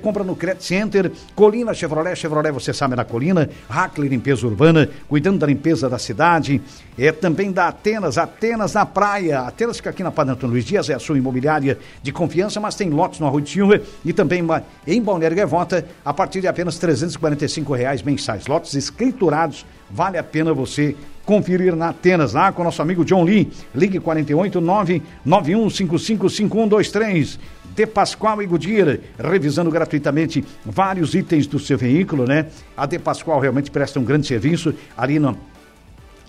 compra no Credit Center, Colina Chevrolet, Chevrolet você sabe é na Colina, Hackler Limpeza Urbana, cuidando da limpeza da cidade, é também da Atenas, Atenas na praia, Atenas fica aqui na Padre Antônio Luiz Dias, é a sua imobiliária de confiança, mas tem lotes no Arroio de Silva e também uma- em Balneário Gaivota, a partir de apenas R$ 345 reais mensais, lotes escriturados, vale a pena você conferir na Atenas, lá com o nosso amigo John Lee. Ligue 489-9155-5123. De Pascoal e Goodyear, revisando gratuitamente vários itens do seu veículo, né? A De Pascoal realmente presta um grande serviço ali no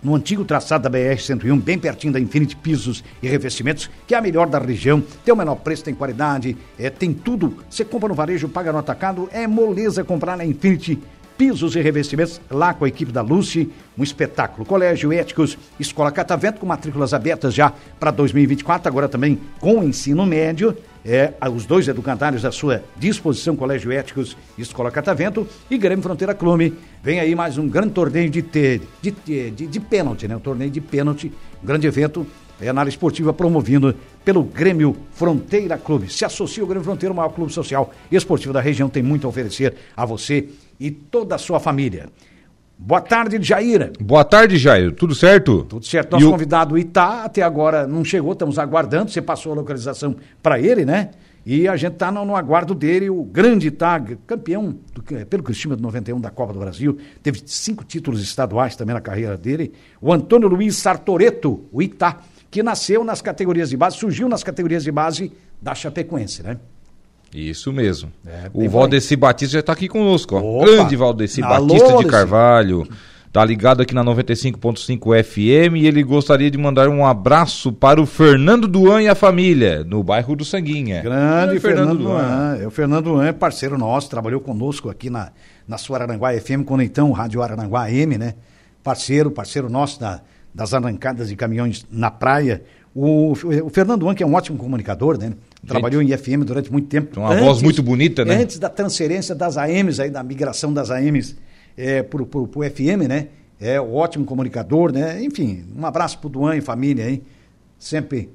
no antigo traçado da BR-101, bem pertinho da Infinity Pisos e Revestimentos, que é a melhor da região, tem o menor preço, tem qualidade, é, tem tudo. Você compra no varejo, paga no atacado, é moleza comprar na Infinity Pisos e Revestimentos, lá com a equipe da Lucy, um espetáculo. Colégio Éticos, Escola Catavento, com matrículas abertas já para 2024, agora também com o ensino médio. É, a- os dois educandários à sua disposição, Colégio Éticos, Escola Catavento e Grêmio Fronteira Clube. Vem aí mais um grande torneio de, te, de, te- de, de pênalti, né? Um torneio de pênalti, um grande evento é, na área esportiva promovido pelo Grêmio Fronteira Clube. Se associa ao Grêmio Fronteira, o maior clube social e esportivo da região, tem muito a oferecer a você e toda a sua família. Boa tarde, Jaira. Boa tarde, Jair. Tudo certo? Tudo certo. E Nosso o- convidado Itá até agora não chegou, estamos aguardando. Você passou a localização para ele, né? E a gente está no, no aguardo dele, o grande Itá, g- campeão do que- pelo Cristina de 91 da Copa do Brasil. Teve cinco títulos estaduais também na carreira dele. O Antônio Luiz Sartoreto, o Itá, que nasceu nas categorias de base, surgiu nas categorias de base da Chapecoense, né? Isso mesmo. É, bem o Valdeci Batista já está aqui conosco. Ó. Opa! Grande Valdeci Alô, Batista Valdeci. de Carvalho. Tá ligado aqui na 95.5 FM e ele gostaria de mandar um abraço para o Fernando Duan e a família, no bairro do Sanguinha. Grande É, Fernando Luan. É, O Fernando Luan é parceiro nosso, trabalhou conosco aqui na, na sua Araranguá FM, quando então Rádio Araranguá AM, né? Parceiro, parceiro nosso da- das arrancadas de caminhões na praia. O, o Fernando Luan, que é um ótimo comunicador, né? Trabalhou em FM durante muito tempo. Tem uma voz muito bonita, né? Antes da transferência das AMs, aí, da migração das AMs é, pro, pro, pro FM, né? É um ótimo comunicador, né? Enfim, um abraço pro Duan e família, hein? Sempre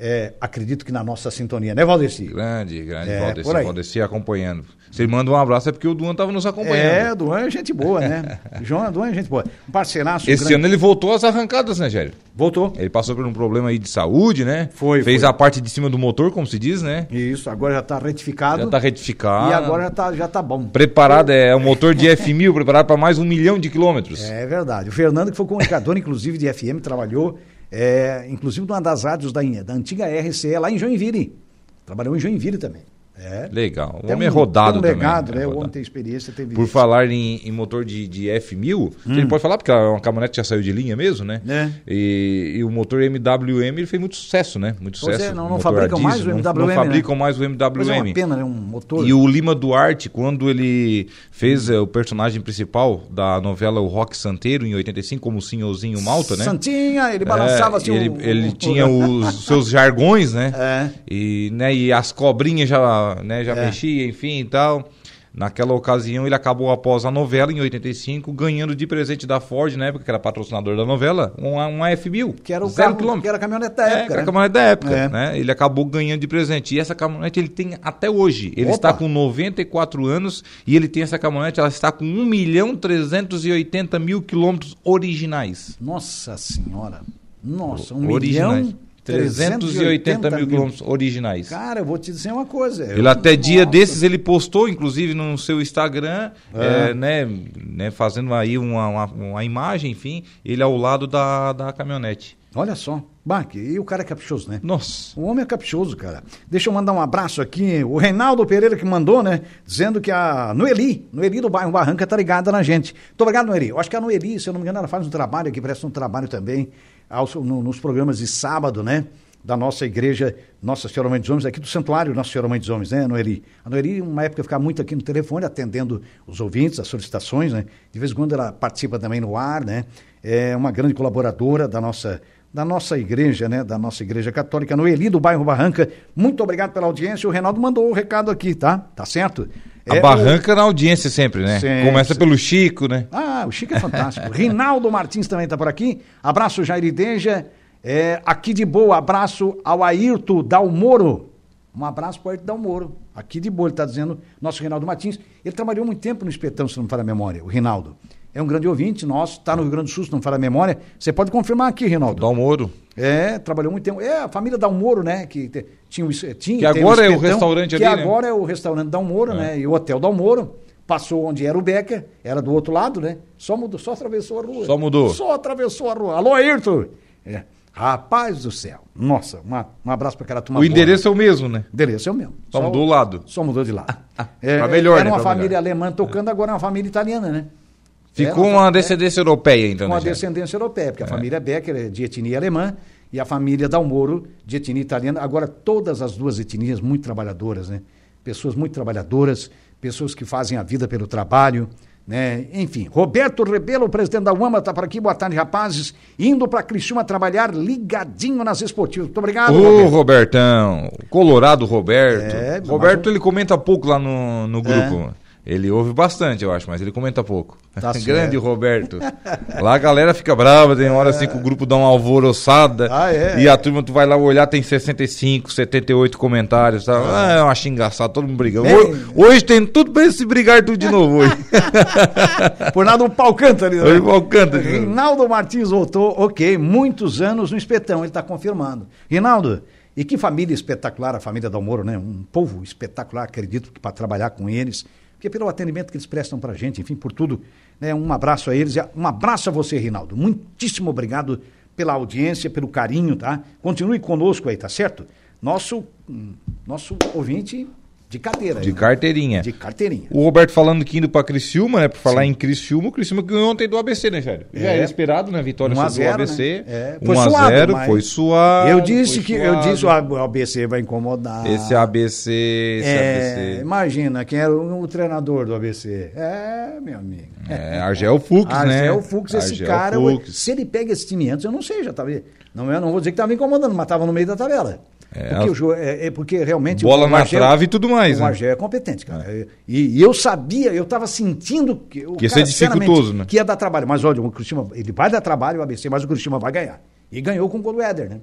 é, acredito que na nossa sintonia, né, Valdeci? Grande, grande É, Valdeci. por aí. Valdeci acompanhando. Você manda um abraço é porque o Duan estava nos É, acompanhando. Duan é gente boa, né? João Duan é gente boa. Um parceiraço. Esse grande. ano ele voltou às arrancadas, né, Jair? Voltou. Ele passou por um problema aí de saúde, né? Foi, Fez foi. a parte de cima do motor, como se diz, né? Isso, agora já está retificado. Já tá retificado. E agora já tá, já tá bom. Preparado, é um motor de F1000 preparado para mais um milhão de quilômetros. É verdade. O Fernando, que foi comunicador, inclusive, de FM, trabalhou, é, inclusive, numa das rádios da, da antiga RCE, lá em Joinville. Trabalhou em Joinville também. É. Legal. O Tem homem é um- rodado tem um legado, também. né? É O homem rodado. tem experiência, teve. Por falar em, em motor de, de F1000, ele pode falar, porque é uma caminhonete que já saiu de linha mesmo, né? Hum. É. E, e o motor MWM ele fez muito sucesso, né? Muito Pois é, sucesso. não- não Motor a fabricam mais o não- MWM, Não né? fabricam mais o Mas é MWM. uma pena, né? Um motor. E o Lima Duarte, quando ele fez eh, o personagem principal da novela O Rock Santeiro, em 85, como o Sinhãozinho Malta, né? Santinha, ele balançava É, assim ele, o- ele o- tinha os seus jargões, né? É. E, né, e as cobrinhas já, né, já É. mexia, enfim e tal. Naquela ocasião, ele acabou após a novela, em 85, ganhando de presente da Ford, na época, que era patrocinador da novela, um, um F1000. Que era o zero carro, quilômetro. que era a caminhonete da É, época. que né? era a caminhonete da época, É. né? Ele acabou ganhando de presente. E essa caminhonete ele tem até hoje. Ele Opa! está com 94 anos e ele tem essa caminhonete, ela está com 1 milhão 380 mil quilômetros originais. Nossa senhora. Nossa, um originais. milhão 380 mil quilômetros originais. Cara, é um eu vou te dizer uma coisa. eu- Ele até dia Nossa. desses ele postou, inclusive, no seu Instagram, É. eh, né, né, fazendo aí uma, uma, uma imagem, enfim, ele ao lado da, da caminhonete. Olha só. Bah, que- e o cara é caprichoso, né? Nossa. O homem é caprichoso, cara. Deixa eu mandar um abraço aqui. O Reinaldo Pereira que mandou, né? Dizendo que a Noeli, Noeli do bairro Barranca, tá ligada na gente. Muito obrigado, Noeli. Eu acho que a Noeli, se eu não me engano, ela faz um trabalho aqui, presta um trabalho também aos- no- nos programas de sábado, né? Da nossa igreja Nossa Senhora Mãe dos Homens, aqui do Santuário Nossa Senhora Mãe dos Homens, né, Noeli? A Noeli, uma época, ficava muito aqui no telefone atendendo os ouvintes, as solicitações, né? De vez em quando ela participa também no ar, né? É uma grande colaboradora da nossa da nossa igreja, né? Da nossa igreja católica, Noeli, do bairro Barranca. Muito obrigado pela audiência. O Reinaldo mandou o recado aqui, tá? Tá certo? A É, barranca na audiência sempre, né? Sempre. Começa pelo Chico, né? o- Ah, o Chico é fantástico. Rinaldo Martins também está por aqui. Abraço, Jair Ideja. É, aqui de boa, abraço ao Ayrton Dalmoro. Um abraço para o Artidão Moro, aqui de boa, ele está dizendo, nosso Reinaldo Martins. Ele trabalhou muito tempo no Espetão, se não me falha a memória, o Reinaldo. É um grande ouvinte nosso, está no Rio Grande do Sul, se não me falha a memória. Você pode confirmar aqui, Reinaldo. Dal Moro. É, trabalhou muito tempo. É, a família Dal Moro, né? Que te- tinha, o es- eh, tinha Que e tem agora é o Espetão, restaurante que ali, né? agora é o restaurante Dal Moro, né? E o hotel Dal Moro. Passou onde era o Becker, era do outro lado, né? Só mudou, só atravessou a rua. Só mudou. Só atravessou a rua. Alô, Ayrton! É. Rapaz do céu. Nossa, uma- um abraço pra aquela turma. o boa. endereço é o mesmo, né? Endereço é o mesmo. Só mudou o lado. Só mudou de lado. É, pra melhor, era né? uma Pra família melhor. alemã tocando, agora é uma família italiana, né? Ficou Era uma família- descendência europeia, então, com né? a Jair? descendência europeia, porque a família Becker é de etnia alemã e a família Dalmoro de etnia italiana. Agora, todas as duas etnias muito trabalhadoras, né? Pessoas muito trabalhadoras, pessoas que fazem a vida pelo trabalho, né? Enfim, Roberto Rebelo, presidente da UAMA, está por aqui. Boa tarde, rapazes. Indo para Criciúma trabalhar ligadinho nas esportivas. Muito obrigado, Ô, Robertão. Colorado Roberto. É, Roberto, mas É. um- ele comenta pouco lá no, no grupo. Ele ouve bastante, eu acho, mas ele comenta pouco. Tá certo. É. Grande Roberto. Lá a galera fica brava, tem hora assim que o grupo dá uma alvoroçada. Ah, é? E a turma, tu vai lá olhar, tem 65, 78 comentários. Tá? Ah, eu acho engraçado, todo mundo brigando. Bem- Hoje, hoje tem tudo pra eles se brigar tudo de novo hoje. Por nada o pau canta ali. né? Hoje o Um pau canta de novo. Reinaldo Martins voltou, ok, muitos anos no espetão, ele está confirmando. Reinaldo, e que família espetacular a família Dal Moro, né? Um povo espetacular, acredito que para trabalhar com eles, porque pelo atendimento que eles prestam para gente, enfim, por tudo, né? Um abraço a eles, e a- um abraço a você, Reinaldo. Muitíssimo obrigado pela audiência, pelo carinho, tá? Continue conosco aí, tá certo? Nosso, hum, nosso ouvinte de cadeira. De né? carteirinha. De carteirinha. O Roberto falando que indo pra Criciúma, né? Por falar em Criciúma, o Criciúma ganhou ontem do ABC, né, Jair? Já É. era esperado, né? Vitória 1 a sobre o 0, ABC. né? É, foi 1 a suado, 0 mas- foi suado. eu disse foi que eu suado. disse o ABC vai incomodar. Esse ABC, esse é, ABC. imagina quem era o, o treinador do ABC. É, meu amigo. É, Argel Fux, né? Argel Fux, esse Argel cara, Fux. se ele pega esse time antes, eu não sei, já tava. Não, eu não vou dizer que estava incomodando, mas estava no meio da tabela. É, porque, a- o jo- é, é porque realmente. Bola o na Argel- trave e tudo mais, O né? Argel é competente, cara. E, e eu sabia, eu estava sentindo que. O Que ia cara, ser dificultoso, sinceramente, né? Que ia dar trabalho. Mas olha, o Cristina, ele vai dar trabalho, o ABC, mas o Cristina vai ganhar. E ganhou com o gol do Éder, né?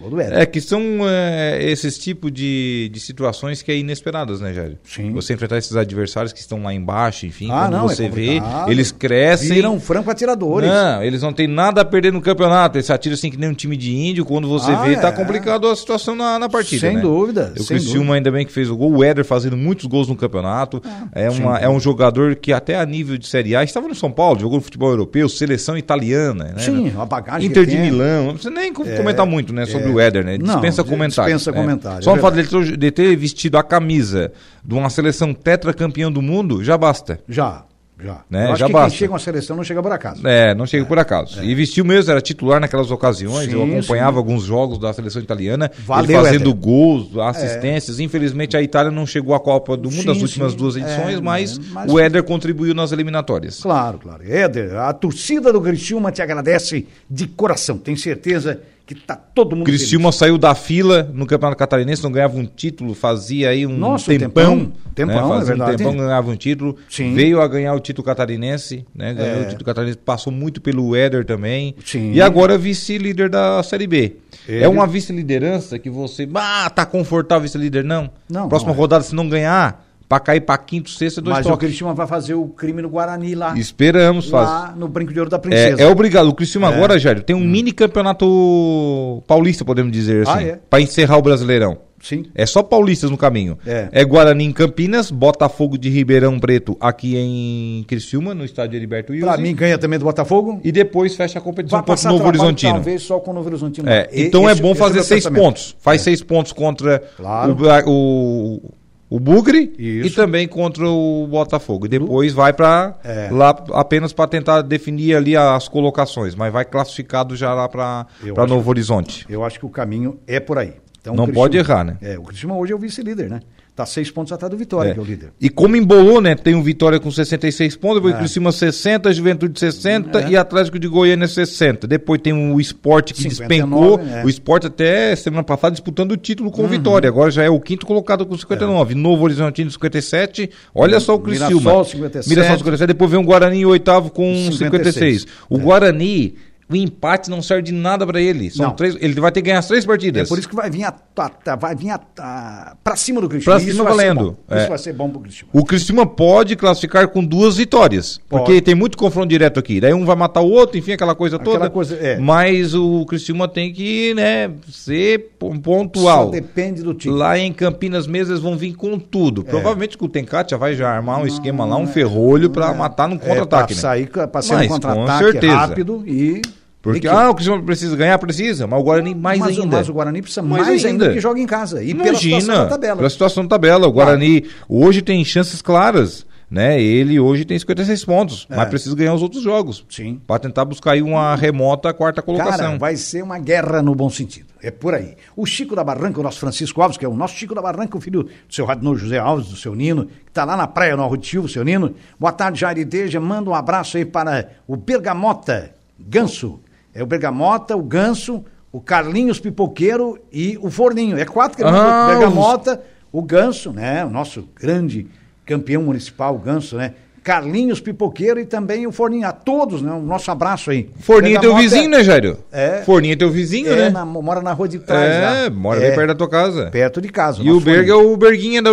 Gol do Éder. É que são é, esses tipos de, de situações que é inesperadas, né, Jair? Sim. Você enfrentar esses adversários que estão lá embaixo, enfim, Ah, quando não, é você vê, complicado. eles crescem. Viram franco atiradores. É assim. Não, eles não têm nada a perder no campeonato. Eles atiram assim que nem um time de índio. Quando você Ah, vê, tá é. complicado a situação na, na partida. Sem né? dúvida, O sem Criciúma ainda bem que fez o gol. O Éder fazendo muitos gols no campeonato. é, sem uma, é um jogador que até a nível de Série A estava no São Paulo, jogou no futebol europeu, seleção italiana. Né? Sim, a É, bagagem Inter que de tem. Milão. Não precisa nem comentar muito né, sobre é. o Éder, né? Não, Dispensa dispensa comentários. né? comentários, Só é o fato de ter- de ter vestido a camisa de uma seleção tetracampeã do mundo já basta. Já, já. Né? Eu acho Já que basta. quem chega a uma seleção não chega por acaso. É, não chega por acaso. E vestiu mesmo, era titular naquelas ocasiões. eu Sim, acompanhava sim. alguns jogos da seleção italiana, Valeu, ele fazendo Éder. É. gols, assistências. Infelizmente a Itália não chegou à Copa do Mundo Sim, nas últimas sim. duas É, edições, mas, é, mas- o Éder contribuiu nas eliminatórias. Claro, claro. Éder, a torcida do Criciúma te agradece de coração. Tenho certeza que tá todo mundo Criciúma saiu da fila no Campeonato Catarinense, não ganhava um título, fazia aí um Nossa, um tempão. tempão. Tempão, é né? Fazia um verdade. tempão, ganhava um título. Sim. Veio a ganhar o título catarinense, né? Ganhou É. o título catarinense, passou muito pelo Éder também. Sim. E agora é vice-líder da Série B. Ele- É uma vice-liderança que você, ah, tá confortável vice-líder. Não. Não, Próxima não é. rodada, se não ganhar, pra cair pra quinto, sexto, é feliz. dois Mas o toques. Criciúma vai fazer o crime no Guarani lá. Esperamos, faz. Lá no Brinco de Ouro da Princesa. É, é obrigado. O Criciúma agora, Jair, tem um mini campeonato paulista, podemos dizer Hum. Ah, assim, é? pra encerrar o Brasileirão. Sim. É só paulistas no caminho. É. Guarani em Campinas, Botafogo de Ribeirão Preto aqui em Criciúma, no estádio Heriberto Wilson. Pra mim ganha também do Botafogo. E depois fecha a competição vai contra passar o Novo trabalho, Horizontino. Talvez só com o Novo Horizontino. É, E- então esse- é bom esse o fazer meu seis pensamento. É. pontos. Faz seis pontos contra Claro. o, Bra- o, o Bugre Isso. e também contra o Botafogo. E depois vai para É. lá apenas para tentar definir ali as colocações, mas vai classificado já lá para Eu acho Novo Horizonte. Eu acho que o caminho é por aí. Então, o Não Criciúma- pode errar, né? É, o Criciúma hoje é o vice-líder, né? Tá seis pontos atrás do Vitória, É. que é o líder. É. E como embolou, né? Tem o Vitória com 66 pontos, depois Criciúma 60, Juventude 60 e Atlético de Goiânia 60. Depois tem o Esporte que 59, despencou. né? O Esporte até semana passada disputando o título com o Uhum. Vitória. Agora já é o quinto colocado com 59. Novo Horizontino 57. Olha só o Criciúma. É. Mirassol, 57. um Mirassol 57. Depois vem o Guarani em oitavo com 56. 56. O Guarani... O empate não serve de nada para ele. São Não. três, ele vai ter que ganhar as três partidas. É por isso que vai vir a, ta- ta- vai vir a, ta- pra cima do Cristiano. Pra cima valendo, é. Isso vai ser bom pro Cristiano. O Criciúma pode classificar com duas vitórias, Pode. porque tem muito confronto direto aqui. Daí um vai matar o outro, enfim, aquela coisa Aquela toda. coisa, é. Mas o Criciúma tem que, né, ser pon- Só pontual. depende É. do time. Lá em Campinas mesmo eles vão vir com tudo. Provavelmente que o Tenkatia vai já armar um esquema lá, um ferrolho pra matar num contra-ataque, É, pra né? sair, ca- pra ser Mas, um com contra-ataque certeza. rápido e... Porque e que- ah, o Criciúma precisa ganhar, precisa, mas o Guarani mais mas, o- ainda. mas o Guarani precisa Mais mais, ainda. ainda. que joga em casa. E pela situação Imagina, da tabela. pela situação da tabela. O Guarani hoje tem chances claras, né? Ele hoje tem 56 pontos, mas precisa ganhar os outros jogos. É. Sim. Hum. Pra tentar buscar aí uma remota quarta Cara, colocação. vai ser uma guerra no bom sentido. É por aí. O Chico da Barranca, o nosso Francisco Alves, que é o nosso Chico da Barranca, o filho do seu Radinô José Alves, do seu Nino, que está lá na praia no Arrutivo, seu Nino. Boa tarde, Jair e Deja. Manda um abraço aí para o Bergamota Ganso. É o Bergamota, o Ganso, o Carlinhos Pipoqueiro e o Forninho. É quatro que Ah, o Bergamota, o Ganso, né? O nosso grande campeão municipal, o Ganso, né? Carlinhos Pipoqueiro e também o Forninho. A todos, né? Um nosso abraço aí. Forninho é teu Bergamota- vizinho, né, Jairo? É. Forninho é teu vizinho, é, né? na- mora na rua de trás. é, lá. mora É, bem perto da tua casa. perto de casa. E o nosso Berga é amigo. o Berguinha da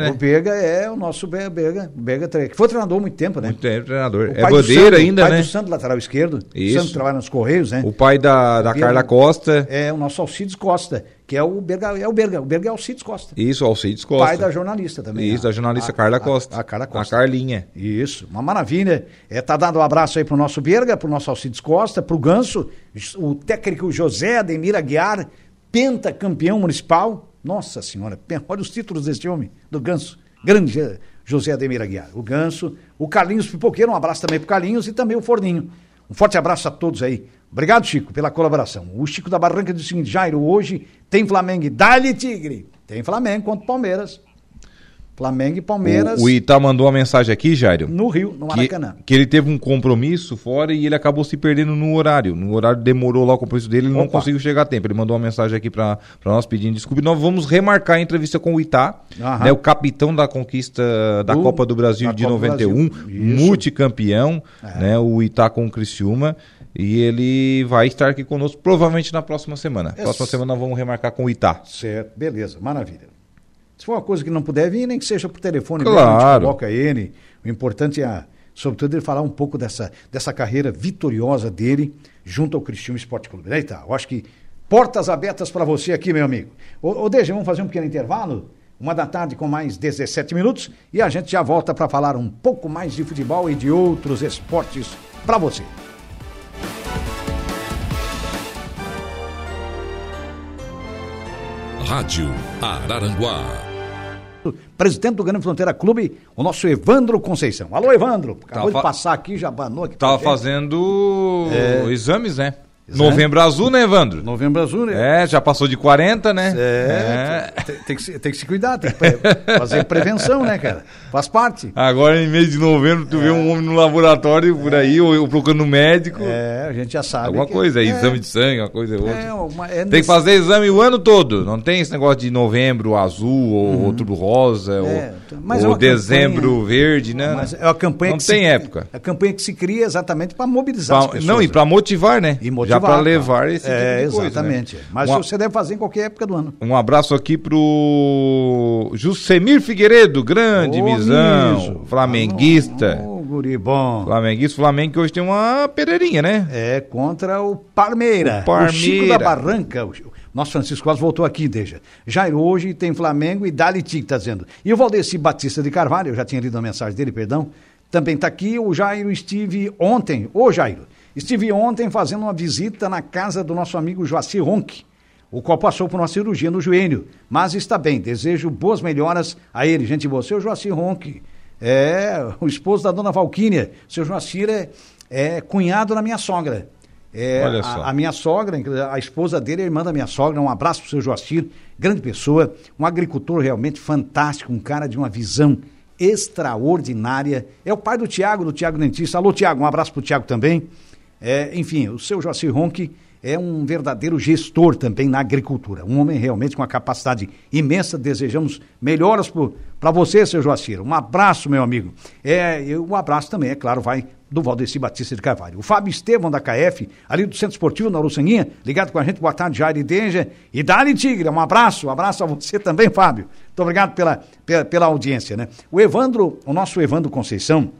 o né? Berga é o nosso Be- Berga, Berga tre- que foi treinador há muito tempo, né? É treinador. O É pai do bandeira Sandro, ainda, pai né? do Santo, lateral esquerdo. Isso. O Santo trabalha nos Correios, né? O pai da, da Berga. Carla Costa. É o nosso Alcides Costa, que é o Berga, é o Berga, o Berga é Alcides Costa. Isso, Alcides Costa. Pai da jornalista também. Isso, a- da jornalista a- Carla a- Costa. A, Carla Costa. A Carlinha. Isso, uma maravilha. É, tá dando um abraço aí pro nosso Berga, pro nosso Alcides Costa, pro Ganso, o técnico José Ademir Aguiar, pentacampeão municipal. Nossa senhora, pen- olha os títulos desse homem, do Ganso. Grande eh, José Ademir Aguiar. O Ganso, o Carlinhos Pipoqueiro, um abraço também pro Carlinhos e também o Forninho. Um forte abraço a todos aí. Obrigado, Chico, pela colaboração. O Chico da Barranca diz o seguinte, Jairo, hoje tem Flamengo. e Dá-lhe, Tigre! Tem Flamengo contra o Palmeiras. Flamengo e Palmeiras O, o Itá mandou uma mensagem aqui, Jairo. no Rio, no que, Maracanã. que ele teve um compromisso fora e ele acabou se perdendo no horário. No horário demorou lá o compromisso dele, ele não Opa. conseguiu chegar a tempo. Ele mandou uma mensagem aqui pra pra nós pedindo desculpa. E Nós vamos remarcar a entrevista com o Itá, Aham. né, o capitão da conquista da Do- Copa do Brasil da de Copa do 91, Brasil. Isso. É. multicampeão, né, o Itá com o Criciúma. E ele vai estar aqui conosco provavelmente na próxima semana. Esse- Próxima semana nós vamos remarcar com o Itá. Certo, beleza, maravilha. Se for uma coisa que não puder vir, nem que seja por telefone, né, a gente Claro. coloca ele. O importante é, sobretudo, ele falar um pouco dessa, dessa carreira vitoriosa dele junto ao Cristiano Esporte Clube. Daí tá, eu acho que portas abertas para você aqui, meu amigo. Ô, ô Deja, vamos fazer um pequeno intervalo? Uma da tarde com mais 17 minutos e a gente já volta para falar um pouco mais de futebol e de outros esportes para você. Rádio Araranguá. Presidente do Grande Fronteira Clube, o nosso Evandro Conceição. Alô, Evandro. Acabou Tava- de passar aqui, já banou aqui. pra Tava gente. fazendo exames, né? É. Exame. Novembro azul, né, Evandro? Novembro Azul, né? É, já passou de 40, né? É, Tem, tem que se, tem que se cuidar, tem que pre- fazer prevenção, né, cara? Faz parte. Agora, em mês de novembro, tu vê um homem no laboratório por aí, ou, ou procurando um médico. É, a gente já sabe. Alguma que- coisa, é, é, exame de sangue, uma coisa ou outra. É, uma, é Tem que nesse- fazer exame o ano todo. Não tem esse negócio de novembro azul, ou outubro rosa, Uhum. É, ou, mas é ou uma dezembro campanha- verde, né? Mas é uma campanha não que tem se, época. É a campanha que se cria exatamente para mobilizar as Pra- pessoas. não, e né? pra motivar, né? E motivar, já pra tá? levar esse É, tipo de coisa, exatamente. né? Mas Uma- você deve fazer em qualquer época do ano. Um abraço aqui pro Jusemir Figueiredo, grande Ô, misão, Miso. flamenguista. Ô, guri bom. Flamenguista, Flamengo que hoje tem uma Pereirinha, né? É, contra o Parmeira. O Parmeira. Chico da Barranca. O Chi- nosso Francisco Alves voltou aqui, deixa. Jairo, hoje tem Flamengo e Dali Tic, tá dizendo. E o Valdeci Batista de Carvalho, eu já tinha lido a mensagem dele, perdão. Também tá aqui. O Jairo estive ontem. Ô, Jairo, estive ontem fazendo uma visita na casa do nosso amigo Joaci Ronque. O qual passou por uma cirurgia no joelho, mas está bem. Desejo boas melhoras a ele, gente boa. Seu Joaci Ronque, é o esposo da dona Valquíria. Seu Joacir é, é cunhado da minha sogra. É, Olha a- só. A, minha sogra, inclusive, a esposa dele, a irmã da minha sogra, um abraço pro seu Joacir, grande pessoa, um agricultor realmente fantástico, um cara de uma visão extraordinária. É o pai do Tiago, do Tiago Dentista. Alô, Tiago, um abraço pro Tiago também. É, enfim, o seu Joacir Ronque é um verdadeiro gestor também na agricultura. Um homem realmente com uma capacidade imensa. Desejamos melhoras para você, seu Joacir. Um abraço, meu amigo. É, e um abraço também, é claro, vai do Valdeci Batista de Carvalho. O Fábio Estevão da KF, ali do Centro Esportivo, na Uruçanguinha, ligado com a gente. Boa tarde, Jair e Denja. E Dali Tigre, um abraço, um abraço a você também, Fábio. Muito obrigado pela, pela, pela audiência, né? O Evandro, o nosso Evandro Conceição,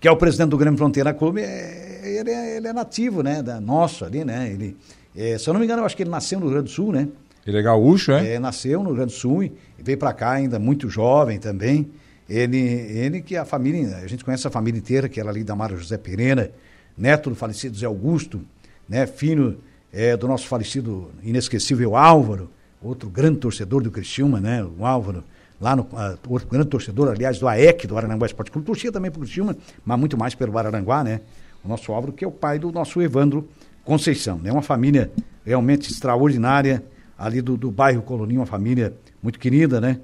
que é o presidente do Grêmio Fronteira Clube, é, ele, é, ele é nativo, né? Da, nosso ali, né? Ele, é, se eu não me engano, eu acho que ele nasceu no Rio Grande do Sul, né? Ele é gaúcho, é? É, nasceu no Rio Grande do Sul e veio para cá ainda muito jovem também. Ele, ele que é a família, a gente conhece a família inteira, que era ali da Mara José Pereira, neto do falecido Zé Augusto, né, filho eh, do nosso falecido inesquecível Álvaro, outro grande torcedor do Criciúma, né, o Álvaro, lá no, ah, outro grande torcedor, aliás, do AEC, do Araranguá Esporte Clube, torcia também pro Criciúma, mas muito mais pelo Araranguá, né, o nosso Álvaro, que é o pai do nosso Evandro Conceição, né, uma família realmente extraordinária, ali do, do bairro Colonia, uma família muito querida, né,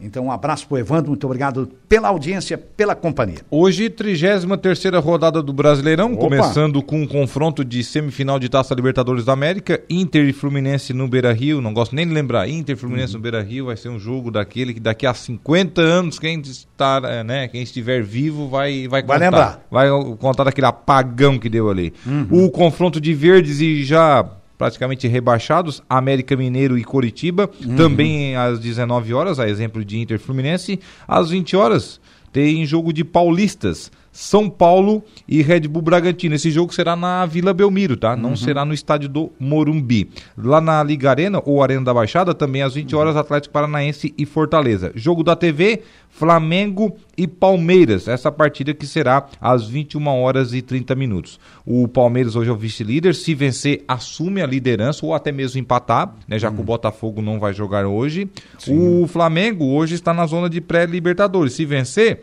então, um abraço pro Evandro, muito obrigado pela audiência, pela companhia. Hoje, 33ª rodada do Brasileirão, Opa. começando com um confronto de semifinal de Taça Libertadores da América, Inter e Fluminense no Beira-Rio, não gosto nem de lembrar, Inter e Fluminense no Beira-Rio vai ser um jogo daquele que daqui a 50 anos quem estar, eh, né, quem estiver vivo vai Vai vai contar. lembrar. Vai ó, contar daquele apagão que deu ali. O confronto de verdes e já praticamente rebaixados, América Mineiro e Coritiba, também às 19 horas, a exemplo de Inter e Fluminense, às 20 horas tem jogo de paulistas, São Paulo e Red Bull Bragantino. Esse jogo será na Vila Belmiro, tá? Não será no estádio do Morumbi. Lá na Liga Arena ou Arena da Baixada, também às 20 horas, Atlético Paranaense e Fortaleza. Jogo da TV, Flamengo e Palmeiras. Essa partida que será às 21 horas e 30 minutos. O Palmeiras hoje é o vice-líder. Se vencer, assume a liderança ou até mesmo empatar, né? Já que o Botafogo não vai jogar hoje. O Flamengo hoje está na zona de pré-libertadores. Se vencer,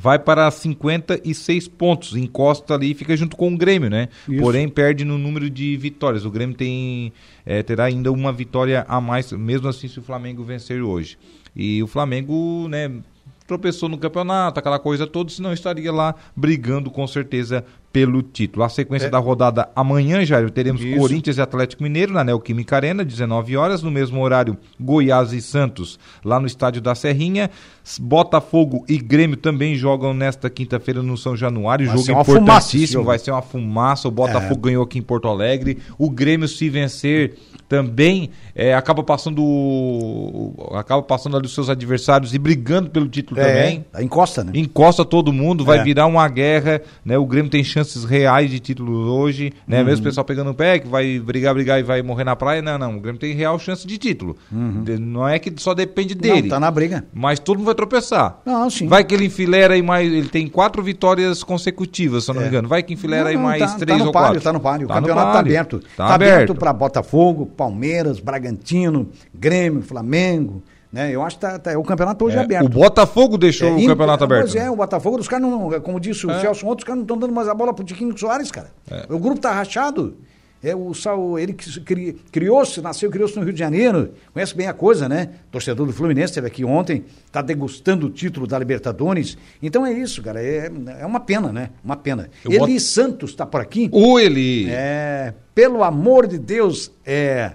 vai para 56 pontos, encosta ali e fica junto com o Grêmio, né? Porém, perde no número de vitórias. O Grêmio tem, eh, terá ainda uma vitória a mais, mesmo assim, se o Flamengo vencer hoje. E o Flamengo, né? Tropeçou no campeonato, aquela coisa toda, senão estaria lá brigando com certeza pelo título. A sequência da rodada amanhã, Jair, teremos Isso. Corinthians. Corinthians e Atlético Mineiro na Neoquímica Arena, 19 horas, no mesmo horário, Goiás e Santos, lá no estádio da Serrinha. S- Botafogo e Grêmio também jogam nesta quinta-feira no São Januário, Vai ser jogo uma fumaça esse importantíssimo, jogo. É. vai ser uma fumaça. O Botafogo ganhou aqui em Porto Alegre, o Grêmio se vencer também eh, acaba passando o- acaba passando ali os seus adversários e brigando pelo título também É, encosta, né? encosta todo mundo, vai É. virar uma guerra, né? O Grêmio tem chances reais de título hoje, Uhum. né? Mesmo o pessoal pegando o pé, que vai brigar, brigar e vai morrer na praia, não, não, o Grêmio tem real chance de título. De- Não é que só depende dele, Uhum. Não, tá na briga. mas todo mundo vai tropeçar. Não, sim. Vai que ele enfileira aí mais, ele tem quatro vitórias consecutivas, se eu não É. me engano. Vai que enfileira aí Não, não, mais tá, três tá no ou páreo, quatro. Tá no páreo, o Tá no campeonato tá páreo. aberto. Tá, aberto. para Botafogo, Palmeiras, Bragantino, Grêmio, Flamengo, né? Eu acho que tá, tá- o campeonato hoje é, É, aberto. o Botafogo deixou É, o Inter- campeonato aberto. né? É. Pois é, o Botafogo, os caras não, como disse o Celso ontem, os caras não estão dando mais a bola pro Tiquinho Soares, cara. O grupo tá rachado. É, o, Sal- ele que se cri- criou-se, nasceu, criou-se no Rio de Janeiro, conhece bem a coisa, né? Torcedor do Fluminense esteve aqui ontem, tá degustando o título da Libertadores. Então é isso, cara, é, é uma pena, né? Uma pena. Eu Eli Santos tá por aqui. O Eli. É, pelo amor de Deus, é,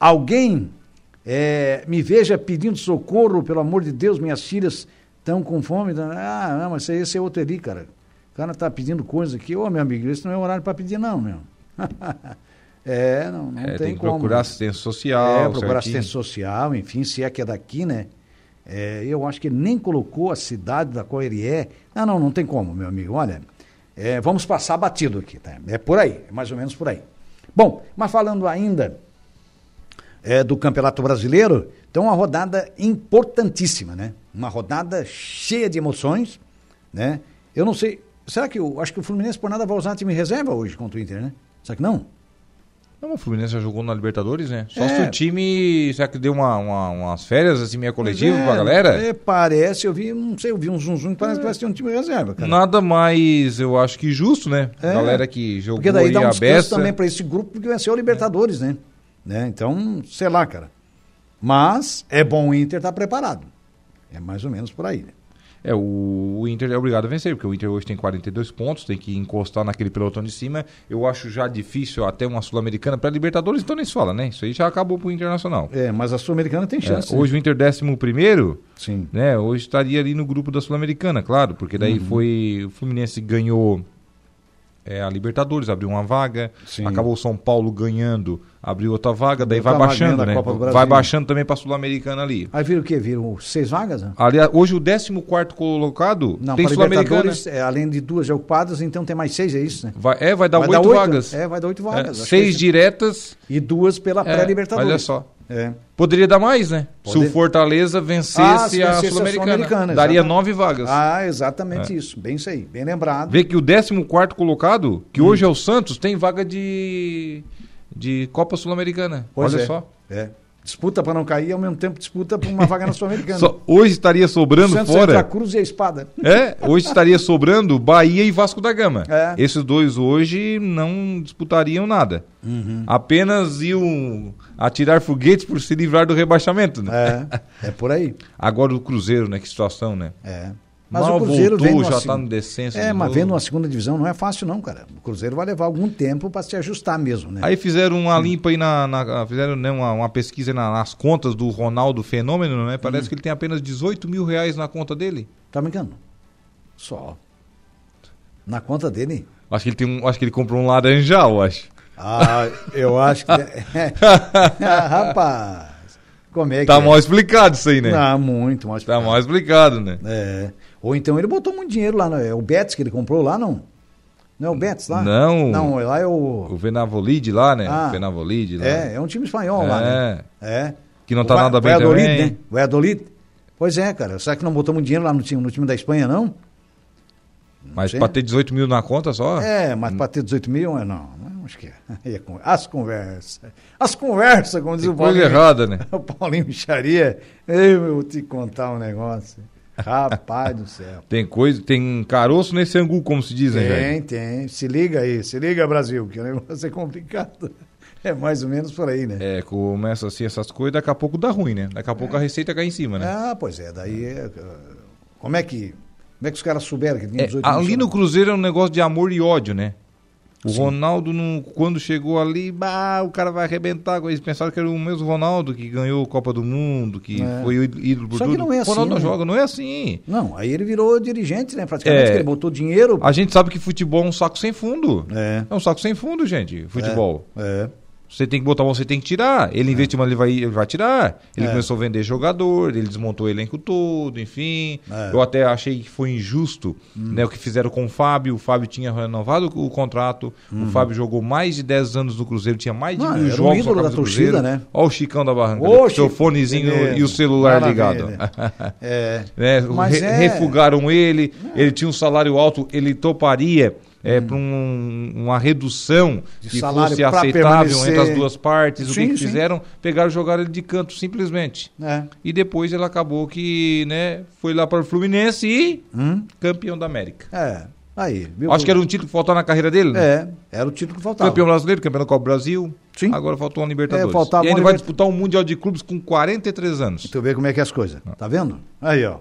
alguém é, me veja pedindo socorro, pelo amor de Deus, minhas filhas estão com fome. tá? Ah, não, mas esse, esse é outro ali, cara. O cara tá pedindo coisa aqui. Ô, meu amigo, esse não é horário para pedir, não, meu. é, não, não É, tem, tem que como. procurar assistência social. É, procurar certinho. assistência social, enfim, se é que é daqui, né? É, eu acho que ele nem colocou a cidade da qual ele é. Ah, não, não tem como, meu amigo. Olha, é, vamos passar batido aqui, tá? É por aí, é mais ou menos por aí. Bom, mas falando ainda é, do Campeonato Brasileiro, então uma rodada importantíssima, né? Uma rodada cheia de emoções, né? Eu não sei, será que eu acho que o Fluminense por nada vai usar time reserva hoje contra o Inter, né? Será que não? Não, o Fluminense já jogou na Libertadores, né? Só É. se o time. Será que deu uma, uma- umas férias assim, meia coletiva Pois é, pra galera? é, parece, eu vi, não sei, eu vi um zum zum, parece que vai ser um time reserva, cara. Nada mais, eu acho que justo, né? É. Galera que jogou Porque daí aí dá um a descanso beça. também para esse grupo, porque vai ser o Libertadores, né? né? Então, sei lá, tá cara. Mas é bom o Inter estar preparado. É mais ou menos por aí, né? É, o, o Inter é obrigado a vencer, porque o Inter hoje tem 42 pontos, tem que encostar naquele pelotão de cima. Eu acho já difícil até uma Sul-Americana para Libertadores, então nem se fala, né? Isso aí já acabou pro Internacional. É, mas a Sul-Americana tem É, chance. né? hoje o Inter 11 primeiro, Sim. né? Hoje estaria ali no grupo da Sul-Americana, claro, porque daí Uhum. foi o Fluminense ganhou é, a Libertadores, abriu uma vaga, Sim. acabou o São Paulo ganhando, abriu outra vaga, daí Outra vai vaga baixando, dentro da né? Copa do Brasil. Vai baixando também para Sul-Americana ali. Aí viram o quê? Viram seis vagas? Né? Aliás, hoje o 14 colocado Não, tem para Sul-Americana. né? Libertadores, é, além de duas já ocupadas, então tem mais seis, é isso, né? Vai, é, vai dar Vai oito dar oito? vagas. É, vai dar oito É, vagas. acho que é seis isso. diretas. E duas pela é, pré-Libertadores. Olha só. É. Poderia dar mais, né? Se Poder- o Fortaleza vencesse, Ah, se a vencesse a Sul-Americana. Sul-Americana, daria exatamente. nove vagas. Ah, exatamente É. isso. Bem isso aí. Bem lembrado. Vê que o 14 colocado, que hoje Hum. é o Santos, tem vaga de, de Copa Sul-Americana. Pois Olha é. só. É. Disputa para não cair e ao mesmo tempo disputa por uma vaga na Sul-Americana. Só- Hoje estaria sobrando Santos entre a fora. cruz e a espada. É, hoje estaria sobrando Bahia e Vasco da Gama. É. Esses dois hoje não disputariam nada. Uhum. Apenas iam atirar foguetes por se livrar do rebaixamento. Né? É, é por aí. Agora o Cruzeiro, né? Que situação, né? É. Mas Mal o Cruzeiro voltou, vem numa já seg- tá no descenso É, de mas novo. vendo uma segunda divisão não é fácil não, cara. O Cruzeiro vai levar algum tempo para se ajustar mesmo, né? É. Aí fizeram uma limpa aí na. na- fizeram né, uma, uma pesquisa na- nas contas do Ronaldo Fenômeno, né? Parece que ele tem apenas 18 mil reais na conta dele. Tá me enganando? Só. Na conta dele? Acho que ele tem um. Acho que ele comprou um laranjal, acho. Ah, eu acho que... é. Ah, Rapaz, como é que... Tá é? mal explicado isso aí, né? Tá muito mal Tá explicado. mal explicado, né? É. Ou então ele botou muito dinheiro lá, não é? O Betis que ele comprou lá, não? Não é o Betis lá? Não. Não, lá é O o... Venavolide lá, né? Ah. o Venavolide lá. É, é um time espanhol lá, né? É. É. Que não tá Va- nada bem Valladolid, também. né? Valladolid. Pois é, cara. Será que não botamos dinheiro lá no time, no time da Espanha, não? Mas sei. pra ter 18 mil na conta só? É, mas para ter 18 mil, é não. não, Acho que é. Aí é con- As conversas. As conversas, como diz o Coisa Paulinho. errada, né? O Paulinho Micharia. Ei, eu vou te contar um negócio. Rapaz do céu. Tem coisa, tem caroço nesse angu, como se diz, né, Jair? Tem, tem. Se liga aí, se liga, Brasil, que o negócio é complicado. É mais ou menos por aí, né? É, começa assim essas coisas, daqui a pouco dá ruim, né? Daqui a pouco a receita cai em cima, né? Ah, pois é, daí é, ah, como é que como é que os caras souberam que tinha É, 18 mil ali no chamados? Cruzeiro é um negócio de amor e ódio, né? O Ronaldo, não- quando chegou ali, bah, o cara vai arrebentar. Eles pensaram que era o mesmo Ronaldo que ganhou a Copa do Mundo, que É. foi o ídolo ídolo por Só que tudo. não é assim, Ronaldo não né? joga, não é assim. Não, aí ele virou dirigente, né? Praticamente, É. que ele botou dinheiro. A gente sabe que futebol é um saco sem fundo. É. um saco sem fundo, gente, futebol. É. Você tem que botar, você tem que tirar. Ele investiu, mas ele vai, ele vai tirar. Ele É. começou a vender jogador, ele desmontou o elenco todo, enfim. É. Hum. Eu até achei que foi injusto né, o que fizeram com o Fábio. O Fábio tinha renovado o contrato. O Fábio jogou mais de 10 anos no Cruzeiro, tinha mais de Hum. Não, mil era um jogos ídolo com a da camisa do torcida, Cruzeiro. né? Ó o Chicão da Barranca, Ô, ali, com seu Chico, fonezinho beleza. e o celular Maravilha. ligado. É. né? Mas Re- é- Refugaram ele, ele tinha um salário alto, ele toparia é, para um- uma redução Hum. De que salário fosse pra aceitável entre as permanecer. duas partes. o que, Sim, que sim. fizeram? Pegaram e jogaram ele de canto, simplesmente. É. E depois ele acabou que né, foi lá para o Fluminense e campeão da América. Hum? É. Aí, viu? Acho que era um título que faltava na carreira dele, né? É, era o título que faltava. Campeão brasileiro, campeão da Copa do Brasil. Sim. Agora faltou uma Libertadores. É, faltava e aí uma ele vai Liber- disputar um Mundial de Clubes com 43 anos. Tu vê como é que é as coisas. Ah. Tá vendo? Aí, ó.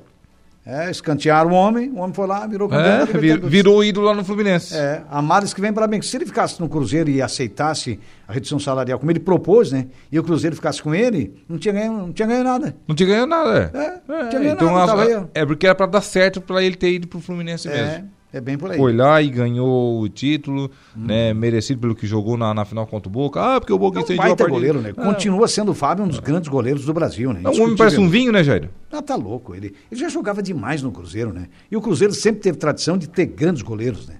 É, escantearam o homem, o homem foi lá, virou campeão da É, vir- Libertadores. virou ídolo lá no Fluminense. É, a Maris que vem para bem. Se ele ficasse no Cruzeiro e aceitasse a redução salarial como ele propôs, né? E o Cruzeiro ficasse com ele, não tinha ganho, não tinha ganho nada. Não tinha ganhado nada. É, não tinha ganhado nada, tava aí, ó. é porque era pra dar certo pra ele ter ido pro Fluminense É, Assim mesmo. é bem por aí. Foi lá e ganhou o título, né? Merecido pelo que jogou na, na final contra o Boca. Ah, porque o É Boca um incendiou a baita partida. goleiro, né? Ah, Continua sendo o Fábio um dos grandes goleiros do Brasil, né? não, o homem parece um vinho, né, Jair? Ah, tá louco. Ele, ele já jogava demais no Cruzeiro, né? E o Cruzeiro sempre teve tradição de ter grandes goleiros, né?